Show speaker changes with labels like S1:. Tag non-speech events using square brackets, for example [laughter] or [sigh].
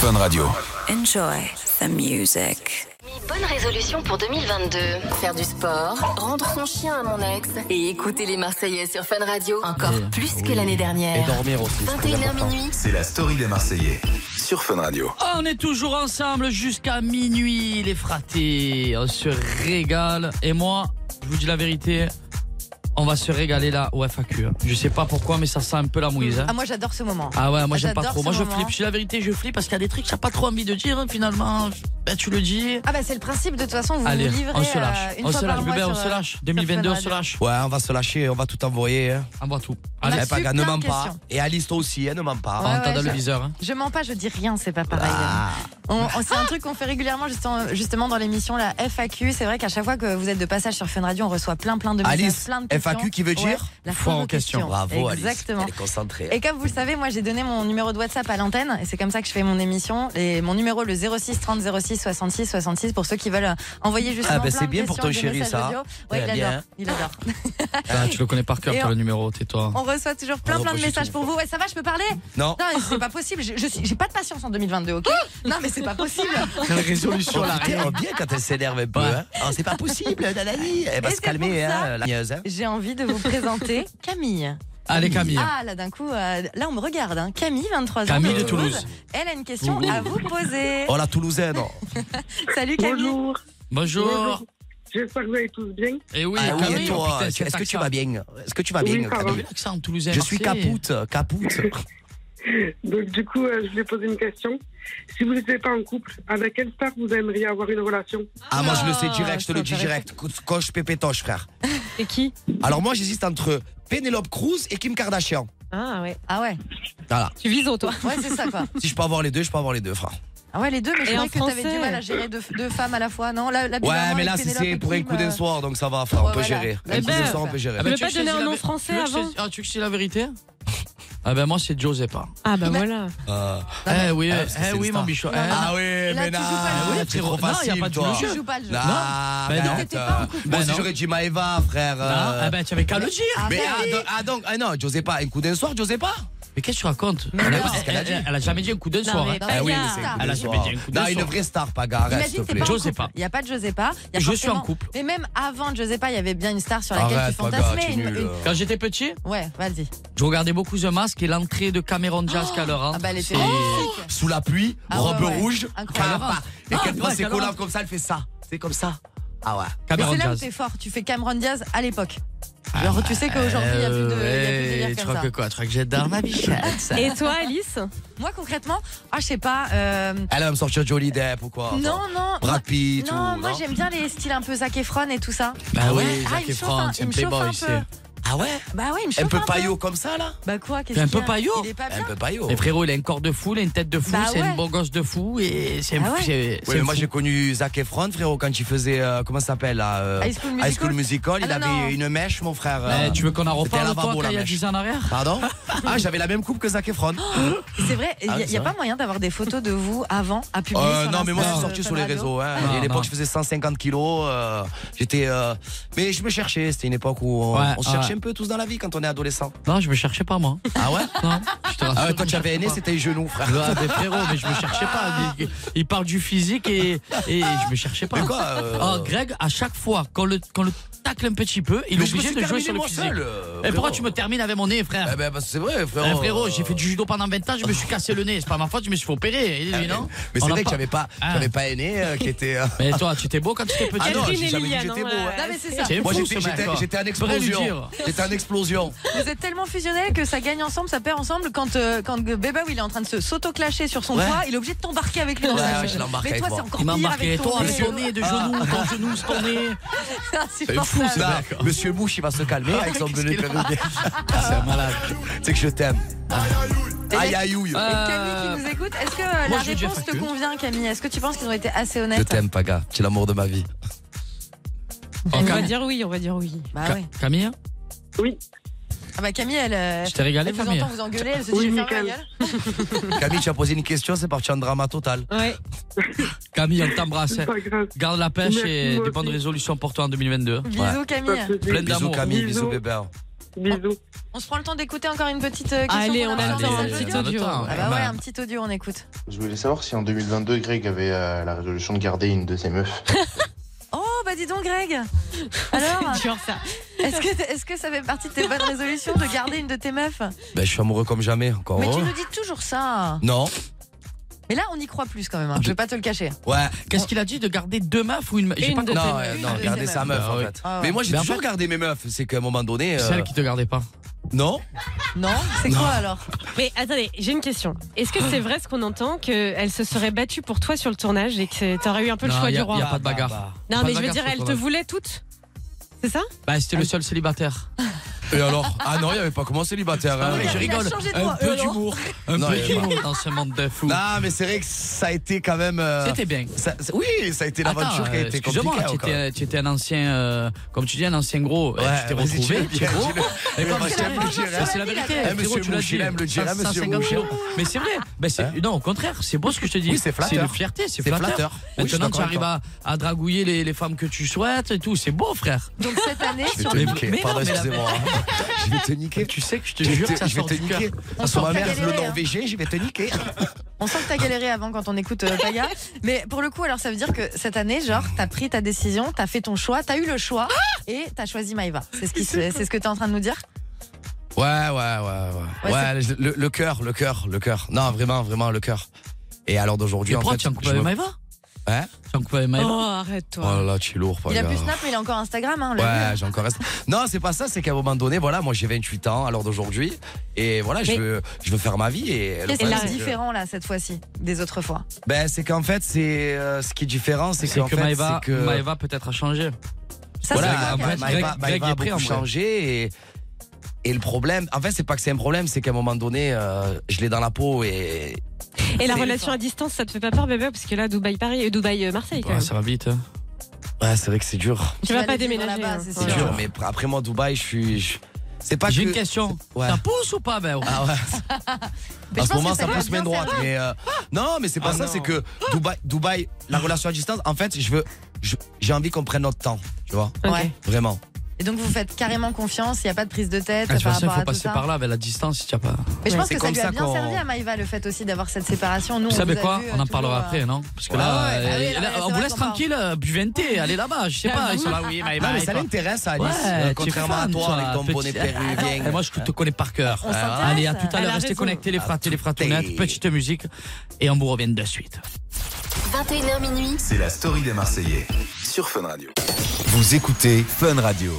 S1: Fun Radio.
S2: Enjoy the music.
S3: Bonne résolution pour 2022. Faire du sport, rendre son chien à mon ex et écouter les Marseillais sur Fun Radio encore
S4: Ah Oui,
S3: plus que
S4: Eh, oui.
S3: l'année dernière.
S4: Et dormir aussi. c'est très
S3: 21h
S4: important.
S3: minuit.
S1: C'est la story des Marseillais sur Fun Radio.
S4: On est toujours ensemble jusqu'à minuit, les fratés. On se régale. Et moi, je vous dis la vérité, on va se régaler là au FAQ. hein. Je sais pas pourquoi, mais ça sent un peu la mouise. hein.
S5: Ah, moi j'adore ce moment.
S4: Ah ouais, moi j'aime pas
S5: j'adore
S4: trop.
S5: ce
S4: Moi je
S5: moment. hein.
S4: flippe. Je dis la vérité, je flippe parce qu'il y a des trucs que t'as pas trop envie de dire hein, finalement. Ben, tu le dis.
S5: Ah bah c'est le principe de toute façon, vous
S4: Allez,
S5: vous livrez
S4: on se
S5: euh,
S4: lâche.
S5: une
S4: On
S5: fois
S4: se
S5: par
S4: lâche,
S5: mois
S4: bébé, on
S5: sur,
S4: se
S5: euh,
S4: lâche.
S5: sur
S4: 2022, on
S5: Fun
S4: se lâche.
S6: Ouais, on va se lâcher, on va tout envoyer. hein.
S4: On voit tout.
S5: On a
S4: Allez,
S6: Eh,
S5: su
S6: Paga, ne
S5: plein
S6: mens
S5: de
S6: pas.
S5: questions.
S6: Et Alice, toi aussi, hein, ne mens pas.
S5: Ouais,
S4: on t'entend
S5: ouais,
S4: dans le
S5: ça-
S4: viseur.
S5: [laughs]
S4: hein.
S5: euh, Je mens pas, je dis rien, c'est pas pareil.
S6: Ah.
S5: On, on- c'est un truc qu'on fait régulièrement justement, justement dans l'émission la FAQ. C'est vrai qu'à chaque fois que vous êtes de passage sur Fun Radio, on reçoit plein plein de messages,
S6: Alice,
S5: plein de questions.
S6: FAQ qui veut
S5: Ouais,
S6: dire
S5: la
S4: Foire aux questions.
S6: Bravo, Alice.
S5: Exactement.
S6: Elle est concentrée. hein.
S5: Et comme vous le savez, moi j'ai donné mon numéro de WhatsApp à l'antenne et c'est comme ça que je fais mon émission. Et mon numéro le 06 30 06 66 66 pour ceux qui veulent euh, envoyer justement
S6: Ah, ben,
S5: plein
S6: c'est
S5: de
S6: bien pour
S5: questions,
S6: ton
S5: des
S6: chéri,
S5: messages
S6: ça.
S5: audio. Ouais,
S6: Ouais,
S5: il
S6: bien.
S5: adore, il adore.
S4: Ah, tu le connais par cœur,
S5: Et
S4: toi,
S5: on-
S4: le numéro,
S5: [laughs]
S4: tais-toi.
S5: On reçoit toujours plein
S6: On
S5: plein de
S6: reproche
S5: messages
S6: tout.
S5: pour vous. Ouais, ça va, je peux parler
S6: Non,
S5: Non, mais c'est pas possible. Je- je suis- J'ai pas de patience en 2022, ok Non, mais c'est pas possible.
S4: La résolution,
S6: on la rend bien quand elle s'énerve un peu.
S4: Ouais.
S6: hein. Oh, c'est pas possible,
S5: [laughs]
S6: Danaï. Elle va
S5: Et
S6: se
S5: c'est
S6: calmer,
S5: pour ça-
S6: hein, la niaise. hein.
S5: J'ai envie de vous présenter Camille.
S4: Allez, Camille.
S5: Ah, là, d'un coup, euh, là, on me regarde. hein. Camille, 23 ans.
S4: Camille de Toulouse.
S5: Elle a une question à vous poser.
S6: Oh, la Toulousaine. oh.
S5: Salut, Camille.
S7: Bonjour.
S4: Bonjour.
S7: J'espère que vous allez tous bien.
S4: Et oui,
S6: Ah
S4: Camille,
S6: oui, et toi,
S4: putain,
S6: est-ce
S4: cet
S6: que tu
S4: accent.
S6: vas bien Est-ce que tu vas
S7: Oui,
S6: bien,
S7: ça va.
S6: Camille
S4: L'accent toulousain.
S6: Je suis
S4: Marseille.
S6: capoute, capoute.
S7: Donc, du coup, euh, je voulais poser une question. Si vous n'étiez pas en couple, avec quelle star vous aimeriez avoir une relation
S6: Ah, moi, je le sais
S5: Ah,
S6: direct, je te le
S5: c'est
S6: dis direct.
S5: intéressant.
S6: Coche pépétoche, frère.
S5: Et qui
S6: Alors, moi, j'hésite entre Penelope Cruz et Kim Kardashian.
S8: Ah ouais.
S5: Ah ouais.
S6: Voilà.
S8: Tu vises au toi.
S5: Ouais, c'est ça, quoi.
S6: Si je peux avoir les deux, je peux avoir les deux, frère.
S5: Ah ouais, les deux, mais je
S8: Et en
S5: croyais que t'avais
S8: français
S5: du mal à gérer deux, deux femmes à la fois, non là, là, bizarrement,
S6: Ouais, mais là,
S5: avec
S6: si
S5: Pénélope
S6: c'est
S5: et
S6: pour un
S5: Kim,
S6: coup d'un
S5: euh,
S6: soir, donc ça va, enfin,
S5: ouais,
S6: on peut
S5: voilà.
S6: gérer.
S5: Eh
S6: Un coup
S8: ben,
S6: d'un soir, on peut gérer.
S4: Ah
S8: Tu veux
S4: tu
S8: pas
S4: veux que je
S8: donner
S4: te
S8: un
S4: dise la
S8: nom
S4: vé-
S8: français
S4: tu veux que je te-
S8: avant
S4: Ah, tu veux que je te dise la vérité Ah ben moi c'est Giuseppa.
S8: Ah [laughs] bah voilà.
S6: Euh,
S4: Eh oui,
S6: parce que
S4: eh
S6: c'est
S4: oui
S6: une
S4: mon
S6: star.
S4: bichot. Eh,
S6: Ah oui,
S5: là,
S6: mais
S5: tu
S6: non,
S5: joues pas le
S6: ouais,
S4: jeu.
S6: c'est trop
S4: Non, y a
S6: facile,
S4: pas de
S6: toi.
S4: jeu.
S5: Tu joues pas le jeu.
S6: Non,
S4: Ben non.
S6: arrête.
S5: T'étais pas en couple.
S6: Moi
S4: Ben
S6: aussi,
S4: non.
S6: j'aurais dit Maeva, frère.
S4: Non,
S6: euh,
S4: eh ben tu avais qu'à le dire.
S5: Ah,
S6: Mais
S5: ben
S6: ah,
S5: oui.
S6: non, ah, donc, ah non, j'osais pas. Un coup d'un soir, j'osais pas.
S4: Mais qu'est-ce que tu racontes
S5: Mais
S4: elle,
S5: non.
S4: a, elle- elle- elle a jamais dit un coup d'un soir.
S8: mais
S4: hein.
S8: pas
S6: Eh oui,
S8: bien.
S6: mais c'est un coup
S4: Elle
S6: d'un
S4: a
S6: soir.
S4: jamais dit un coup d'un
S6: Non, une
S4: soir.
S6: vraie star, Paga, reste, s'il
S5: Imagine,
S6: te
S5: t'es
S6: plaît.
S5: pas en
S4: Josépa.
S5: couple. Il n'y a pas de Josépa. Il y
S4: Je
S5: a
S4: suis en
S5: forcément-
S4: couple.
S5: Mais même avant Josépa, il y avait bien une star sur laquelle
S6: Arrête,
S5: tu
S6: Paga,
S5: fantasmais.
S6: t'es
S5: une-
S6: nul.
S5: une-
S6: euh.
S4: Quand j'étais petit,
S5: Ouais, vas-y.
S4: je regardais beaucoup The Mask et l'entrée de Cameron Diaz qu'elle rentre.
S5: Ah bah, elle était
S4: c'est-
S5: magnifique.
S6: Sous la pluie,
S5: Ah
S6: robe
S5: ouais, ouais.
S6: rouge,
S5: Incroyable.
S6: calapa. Et
S4: Ah,
S6: qu'elle
S4: ouais,
S6: prend ses
S4: calapa.
S6: collabs comme ça, elle fait ça. C'est comme ça. Ah ouais.
S5: Mais
S4: Cameron
S5: c'est là où
S4: Diaz.
S5: t'es fort. Tu fais Cameron Diaz à l'époque. Alors tu sais qu'aujourd'hui, il n'y a plus de, il y a plus de
S4: Eh,
S5: délire
S4: Tu
S5: comme
S4: crois
S5: ça.
S4: que quoi Tu crois que j'adore ma
S5: [laughs]
S4: bichette ça
S8: Et toi Alice
S5: Moi, concrètement, ah, je sais pas. euh,
S6: Elle va me sortir Johnny Depp ou quoi
S5: Non, non.
S6: Brad Pitt ou.
S5: Non, moi j'aime bien les styles un peu Zac Efron et tout ça.
S4: Bah oui,
S5: Ah,
S4: Zac
S5: il me chauffe
S4: Efron,
S5: un-
S4: c'est
S5: il
S4: un
S5: me chauffe
S4: playboy,
S5: un peu.
S4: c'est-
S6: Ah ouais
S5: Bah ouais, il me chauffe
S6: Un
S5: un
S6: peu
S5: peu.
S6: paillot comme ça, là
S5: Bah quoi, qu'est-ce
S4: T'es un
S5: qu'il
S4: peu
S5: y a
S4: paillot.
S5: Il est pas
S6: Un
S5: bien.
S6: peu paillot.
S4: Mais frérot, il a un corps de fou, il a une tête de fou,
S5: Bah
S4: c'est
S5: ouais.
S4: un beau gosse de fou et c'est un
S5: Ah ouais.
S4: c'est- c'est
S6: Ouais, mais
S4: un
S6: moi
S4: fou.
S6: j'ai connu Zac Efron, frérot, quand il faisait. euh, comment ça s'appelle là euh,
S5: High School
S6: High School Musical,
S5: Ah,
S6: il
S5: non,
S6: avait
S5: non.
S6: une mèche, mon frère. euh,
S4: Eh, tu veux qu'on en
S6: C'était à
S4: reparle
S6: la
S4: toi
S6: barbeau,
S4: quand
S6: la
S4: il y a
S6: mèche.
S4: 10 ans en arrière [laughs]
S6: Pardon Ah, j'avais la même coupe que Zac
S5: [gasps]
S6: Efron.
S5: C'est vrai, il
S6: Ah oui,
S5: n'y
S6: c'est
S5: a
S6: vrai.
S5: pas moyen d'avoir des photos de vous avant à publier.
S6: Euh,
S5: sur
S6: non, mais moi
S5: l'Insta
S6: je
S5: de
S6: suis sorti
S5: Fun
S6: sur les
S5: Radio.
S6: réseaux. Hein.
S4: Non, Ah,
S6: à
S4: non.
S6: l'époque, je faisais 150 kilos. euh, J'étais. euh, mais je me cherchais. C'était une époque où on,
S4: Ouais,
S6: on se
S4: ouais.
S6: cherchait un peu tous dans la vie quand on est adolescent.
S4: Non, je me cherchais pas
S6: [laughs]
S4: moi.
S6: Ah ouais
S4: Non, je te rassure,
S6: Ah ouais,
S4: je
S6: quand
S4: me
S6: tu avais
S4: cherchais
S6: aîné,
S4: pas.
S6: c'était les genoux, frère.
S4: Ouais, mais frérot, mais je me cherchais pas. Il, il parle du physique et, et je me cherchais pas.
S6: Mais quoi euh,
S4: Oh, Greg, à chaque fois qu'on le, qu'on le tacle un petit peu, il
S6: mais
S4: est
S6: je me
S4: obligé
S6: suis
S4: de jouer
S6: terminé
S4: sur le
S6: moi
S4: physique.
S6: seul, euh,
S4: et pourquoi
S6: frérot.
S4: tu me termines avec mon nez, frère
S6: Eh ben, parce que c'est vrai, frérot.
S4: Eh, frérot, j'ai fait
S6: euh,
S4: du judo pendant 20 ans, je me suis cassé le nez. C'est pas ma faute, je me suis fait opérer. Il dit, non
S6: Eh, Ah, Mais
S4: On
S6: c'est
S4: a
S6: vrai que
S4: pas-
S6: j'avais pas,
S4: Ah.
S6: j'avais pas aîné euh, qui était. euh,
S4: Mais toi, tu étais beau quand tu étais petit.
S6: Ah non,
S8: Catherine
S6: j'ai
S8: et
S6: jamais dit que
S8: Liliane,
S6: j'étais
S8: ouais,
S6: beau. hein.
S8: ouais.
S5: Non, mais c'est ça.
S4: C'est
S6: Moi,
S4: fou,
S6: j'étais,
S4: ce mec,
S6: j'étais,
S4: quoi.
S6: j'étais en
S4: Faudrait lui
S6: explosion.
S4: dire.
S6: J'étais en explosion.
S5: Vous êtes tellement fusionnels que ça gagne ensemble, ça perd ensemble. Quand, euh, quand Beba, il est en train de se s'auto-clasher sur son
S6: Ouais.
S5: toit, il est obligé de t'embarquer avec lui. dans
S6: Ouais,
S5: sa
S6: ouais,
S5: vie.
S6: je l'embarque
S5: Mais
S6: avec Ah.
S5: toi,
S6: moi.
S5: c'est encore
S4: Il m'a
S5: pire
S4: marqué,
S5: avec ton
S4: toi, avec
S5: nez.
S4: ton nez de genou, ton genou, c'est ton nez.
S5: [laughs] C'est insupportable.
S6: Là, Monsieur Mouche, il va se calmer
S4: Ah,
S6: avec son bonnet perruqué.
S4: C'est un malade.
S6: C'est que je t'aime. Aïe aïe aïe.
S4: Euh,
S5: Et Camille qui nous écoute, est-ce que euh, la
S4: je vais dire
S5: réponse te
S4: fuck you.
S5: convient, Camille Est-ce que tu penses qu'ils ont été assez
S6: Je
S5: honnêtes
S6: t'aime, Paga. Tu es l'amour de ma vie. Ah,
S8: On va
S4: Oh, Cam-
S8: dire oui, on va dire oui.
S5: Bah
S4: Ca-
S5: oui.
S4: Camille,
S5: Ah bah Camille, elle, euh,
S4: je t'ai régalé,
S5: elle vous
S4: Camille.
S5: entend vous engueuler, elle se dit
S7: Oui,
S5: je vais faire ma
S7: Mickaël.
S5: gueule.
S6: [laughs] Camille, tu as posé une question, c'est parti en drama total.
S8: [laughs] Ouais.
S4: Camille, on t'embrasse.
S7: [laughs] C'est pas grave.
S4: Garde la pêche
S7: Merci,
S4: et
S7: moi
S4: des bonnes
S7: aussi.
S4: résolutions pour toi en 2022.
S5: Bisous
S7: Pas de
S5: Camille.
S7: soucis.
S4: Plein
S6: Bisous
S4: d'amour.
S6: Camille, bisous
S7: Bisous.
S6: bébé.
S7: Bisous.
S5: On se prend le temps d'écouter encore une petite euh, question.
S8: Allez,
S5: qu'on a
S8: on
S5: reçue
S8: attend
S5: dans
S8: un
S5: la
S4: Allez,
S8: petit
S5: vidéo.
S4: on
S8: audio.
S4: attend.
S5: Ah bah ouais, un petit audio, on écoute.
S9: Je voulais savoir si en 2022, Greg avait euh, la résolution de garder une de ses meufs.
S5: [laughs] Oh bah dis donc Greg Alors,
S8: C'est dur, ça.
S5: est-ce que, est-ce que ça fait partie de tes bonnes résolutions de garder une de tes meufs
S6: Ben, je suis amoureux comme jamais, encore
S5: Mais tu
S6: heureux.
S5: nous dis toujours ça
S6: Non,
S5: Mais là, on y croit plus quand même, hein, je vais pas te le cacher.
S6: ouais.
S4: Qu'est-ce qu'il a dit de garder deux meufs ou une meuf J'ai
S8: Une
S4: pas
S8: de-
S4: compris.
S6: Non, ouais,
S5: une
S6: non,
S5: de
S6: garder
S5: ses
S6: sa
S4: meufs.
S6: meuf, en
S4: Ah oui.
S6: fait.
S5: Ah ouais.
S6: Mais moi, j'ai
S4: Mais en
S6: toujours
S4: fait-
S6: gardé mes meufs. C'est qu'à un moment donné. euh,
S4: Celle qui te gardait pas.
S6: Non
S5: Non C'est quoi alors
S8: Mais attendez, j'ai une question. Est-ce que c'est vrai ce qu'on entend qu'elle se serait battue pour toi sur le tournage et que t'aurais eu un peu le
S4: Non,
S8: choix
S4: y a-
S8: du roi
S4: y a pas de
S6: Bah,
S4: bagarre.
S8: Non,
S4: Pas
S8: mais
S4: de
S8: je veux
S4: bagarre
S8: dire,
S4: sur
S8: elle
S4: le
S8: te
S4: tournage.
S8: voulait toutes C'est ça
S4: Bah, c'était le seul célibataire.
S6: Et alors Ah non, il n'y avait pas comment célibataire. hein.
S4: Ah, mais je
S5: Il a
S4: rigole.
S5: changé de
S6: Un
S5: voix,
S6: peu
S5: euh, alors
S6: d'humour.
S4: Un
S6: Non,
S4: peu
S6: il y a
S4: d'humour dans ce monde de fous.
S6: Non, mais c'est vrai que ça a été quand même. euh,
S4: C'était bien.
S6: ça- ça- oui, ça a été
S4: Attends,
S6: l'aventure qui a
S4: euh,
S6: été
S4: excuse-moi,
S6: compliquée. hein,
S4: tu
S6: encore.
S4: étais, tu étais un ancien, euh, comme tu dis, un ancien gros. Euh,
S6: Ouais,
S4: tu t'es
S6: vas-y,
S4: retrouvé,
S6: dis-le,
S4: tu es
S6: dis-le,
S4: gros. [laughs]
S6: dis-le.
S4: Et
S6: Mais
S4: comme
S6: parce
S4: c'est
S6: que
S4: la
S6: la
S4: vérité,
S6: Mouchira-
S4: c'est la vérité.
S6: Eh, monsieur
S4: frérot, tu l'as dit.
S6: Mouchira, le Jira, monsieur
S4: 150
S6: Mouchira.
S4: kilos. Mais c'est vrai. Ben, c'est- non, au contraire, c'est beau ce que je te dis.
S6: Oui, c'est flatteur.
S4: C'est une fierté, c'est
S6: C'est
S4: flatteur.
S6: flatteur. Oui, je suis
S4: Maintenant,
S6: d'accord
S4: tu
S6: avec
S4: arrives à, à dragouiller les, les femmes que tu souhaites et tout. C'est beau, frère.
S5: Donc cette année,
S6: Je vais
S5: sur
S6: te
S5: le-
S6: niquer.
S4: mais
S6: Pardon,
S4: non, mais la-
S6: excusez-moi. hein. Je vais te niquer.
S4: Tu
S6: Tu
S4: sais que je te
S6: je
S4: jure
S6: vais
S4: que ça
S6: te- je vais
S4: sort
S6: te
S4: du cœur.
S6: niquer.
S5: On
S6: Sur ma
S5: s'en fait
S6: mère, le
S5: galérer, hein.
S6: norvégien, je vais te niquer.
S5: on sent que t'as galéré avant quand on écoute euh, Paga. Mais pour le coup, alors ça veut dire que cette année, genre, t'as pris ta décision, t'as fait ton choix, t'as eu le choix et t'as choisi Maïva. C'est ce, qui se- c'est ce que t'es en train de nous dire
S6: Ouais, ouais, ouais,
S5: Ouais,
S6: ouais. Ouais, le, le cœur, le cœur, le cœur. Non, vraiment, vraiment, le cœur. Et alors d'aujourd'hui,
S4: Tu
S6: en
S4: prends,
S6: fait.
S4: tu es en couple
S6: je
S4: avec
S6: me-
S4: Maëva
S6: Hein
S4: Tu es en couple avec Maëva
S8: Oh, arrête-toi.
S6: Oh là là, tu es lourd, pas
S5: Il a
S6: gars.
S5: plus Snap, mais il a encore Instagram, hein, on l'a vu, hein.
S6: Ouais, j'ai encore resté. Non, c'est pas ça, c'est qu'à un moment donné, voilà, moi j'ai 28 ans à l'heure d'aujourd'hui. Et voilà, je
S8: Mais-
S6: veux, je veux faire ma vie. Et le
S5: Qu'est-ce
S6: problème,
S8: la-
S5: qui est
S6: c'est que-
S5: différent là cette fois-ci des autres fois
S6: Ben, c'est qu'en fait, c'est euh, ce qui est différent, c'est
S4: C'est
S6: qu'en
S4: que
S6: fait,
S4: Maëva,
S6: c'est que.
S4: Maëva peut-être a changé.
S5: Ça
S6: voilà,
S5: c'est vrai.
S6: Maëva,
S4: Greg-
S6: Maëva,
S4: Greg
S6: Maëva
S4: est
S6: a
S4: prêt,
S6: beaucoup
S4: en vrai.
S6: changé. Et, et le problème, en fait, c'est pas que c'est un problème, c'est qu'à un moment donné, euh, je l'ai dans la peau et.
S8: Et la
S6: C'est-
S8: relation à distance, ça te fait pas peur, bébé Parce que là, Dubaï-Paris euh, et Dubaï-Marseille,
S6: Bah,
S8: quand
S4: Ouais,
S8: même.
S4: ça va vite. hein.
S6: Ouais, c'est vrai que c'est dur.
S8: Tu vas pas
S5: aller vivre
S8: déménager.
S5: là-bas,
S8: hein.
S5: c'est
S6: C'est
S5: sûr.
S6: dur, mais après moi, Dubaï, je suis. je- C'est pas
S4: J'ai
S6: que.
S4: une question.
S6: Ouais.
S4: Ça pousse ou pas, Ben [laughs]
S6: Ah ouais. [laughs]
S5: Mais
S6: en
S5: je
S6: ce
S5: pense
S6: moment,
S5: que
S6: ça
S5: va
S6: pousse
S5: bien
S6: main droite. Mais euh, non, mais c'est pas
S4: Ah
S6: ça.
S4: non.
S6: C'est que Dubaï, Dubaï, la relation à distance. En fait, je veux, je- j'ai envie qu'on prenne notre temps. Tu vois,
S8: Ok.
S5: Ouais.
S6: vraiment.
S5: Et donc vous faites carrément confiance, il n'y a pas de prise de tête
S4: Ah,
S5: par
S4: tu vois, ça, il
S5: rapport
S4: faut
S5: à tout
S4: passer
S5: ça.
S4: par là
S6: ben,
S4: avec la distance si tu as pas.
S5: Mais je
S6: Ouais,
S5: pense
S6: c'est
S5: que ça
S6: comme
S5: lui a
S6: ça
S5: bien
S6: qu'on-
S5: servi à Maïva le fait aussi d'avoir cette séparation. Nous, on
S4: Vous savez
S5: a
S4: quoi
S5: vu, euh,
S4: On en
S5: toujours,
S4: parlera
S5: euh,
S4: après, non Parce que
S6: Ah Ouais,
S4: là,
S5: ouais, bah oui,
S4: euh,
S5: non,
S4: là,
S5: mais c'est
S4: on vous
S5: vrai
S4: laisse
S5: qu'on parle.
S4: tranquille, euh, buvez un thé, allez là-bas, je sais pas, ils sont là, oui, bye
S6: Non, Ah,
S4: bye.
S6: mais ça
S4: Eh ben, toi.
S6: l'intéresse à Alice.
S4: Ouais,
S6: euh,
S4: tu
S6: contrairement
S4: es
S6: à
S4: fan,
S6: toi, avec ton
S4: petit- [laughs]
S6: bonnet péruvien.
S4: Et moi, je te connais par cœur.
S5: On s'intéresse.
S4: Allez, à tout à
S8: Elle
S4: l'heure,
S8: a
S4: restez
S8: raison.
S4: connectés, les
S6: Ah,
S4: fratés, les fratounettes,
S6: et-
S4: petite musique, et on vous revient de suite.
S3: 21h minuit.
S1: C'est la story des Marseillais sur Fun Radio. Vous écoutez Fun Radio.